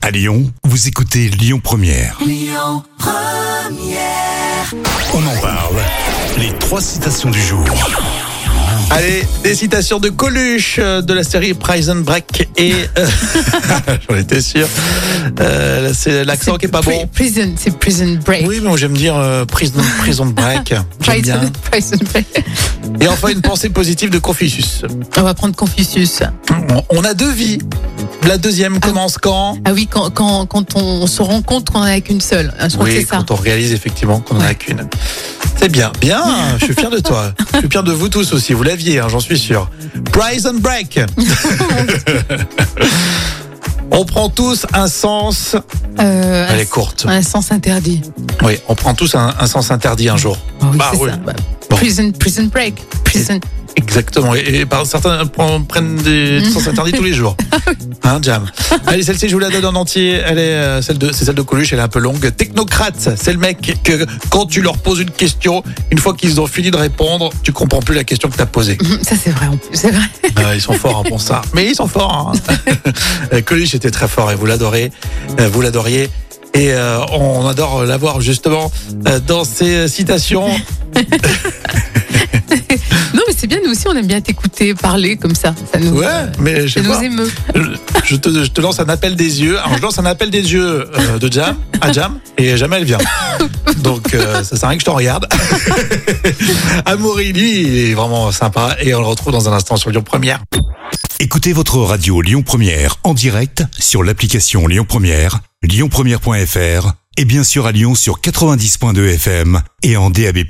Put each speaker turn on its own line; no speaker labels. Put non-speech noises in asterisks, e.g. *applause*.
À Lyon, vous écoutez Lyon Première. On en parle. Les trois citations du jour.
Allez, des citations de Coluche euh, de la série Prison Break et euh, *laughs* j'en étais sûr. Euh, c'est l'accent qui est pas
pri-
bon.
Prison, c'est prison break.
Oui, mais moi, j'aime dire euh, prison, prison break. J'aime
Prison,
bien.
*laughs* prison break.
Et enfin, une pensée positive de Confucius.
On va prendre Confucius.
On- On a deux vies. La deuxième commence quand
Ah oui, quand, quand, quand on se rend compte qu'on en a qu'une seule. Ah, Je crois que
Oui,
c'est ça.
quand on réalise effectivement qu'on en a qu'une. C'est bien,
*laughs*
bien, je suis fier de toi. Je suis fier de vous tous aussi, vous l'aviez, hein, j'en suis sûr. Prison
*laughs*
Break On prend tous un sens.
Euh,
Elle
un-
est courte.
Un sens interdit.
Oui, on prend tous un, un sens interdit un jour.
Ah oui,
Bah
c'est
oui.
ça. Bah,
Bon.
Prison, prison break. Prison.
Exactement. Et, et par- certains pren- prennent des sens interdits tous les jours. Hein, Jam. Allez, celle-ci, je vous la donne en entier. Elle est euh, celle de, c'est celle de Coluche. Elle est un peu longue. Technocrate, c'est le mec que quand tu leur poses une question, une fois qu'ils ont fini de répondre, tu comprends plus la question que t'as posée.
Ça, c'est vrai en plus. C'est vrai. *laughs*
Euh, ils sont forts hein, pour ça. Mais ils sont forts. Hein. Coluche était très fort et vous l'adorez. Euh, Vous l'adoriez. Et euh, on adore l'avoir justement euh, dans ses citations.
Non, mais c'est bien, nous aussi, on aime bien t'écouter, parler comme ça. Ça nous,
Ouais, mais je sais
ça
pas.
nous émeut.
je te, je te lance un appel des yeux. Alors, je lance un appel des yeux euh, de Jam à Jam et jamais elle vient. Donc, euh, ça sert à rien que je t'en regarde. *laughs* Amaury, lui, il est vraiment sympa et on le retrouve dans un instant sur Lyon Première.
Écoutez votre radio Lyon Première en direct sur l'application Lyon Première, lyonpremière.fr et bien sûr à Lyon sur 90.2 FM et en DAB+.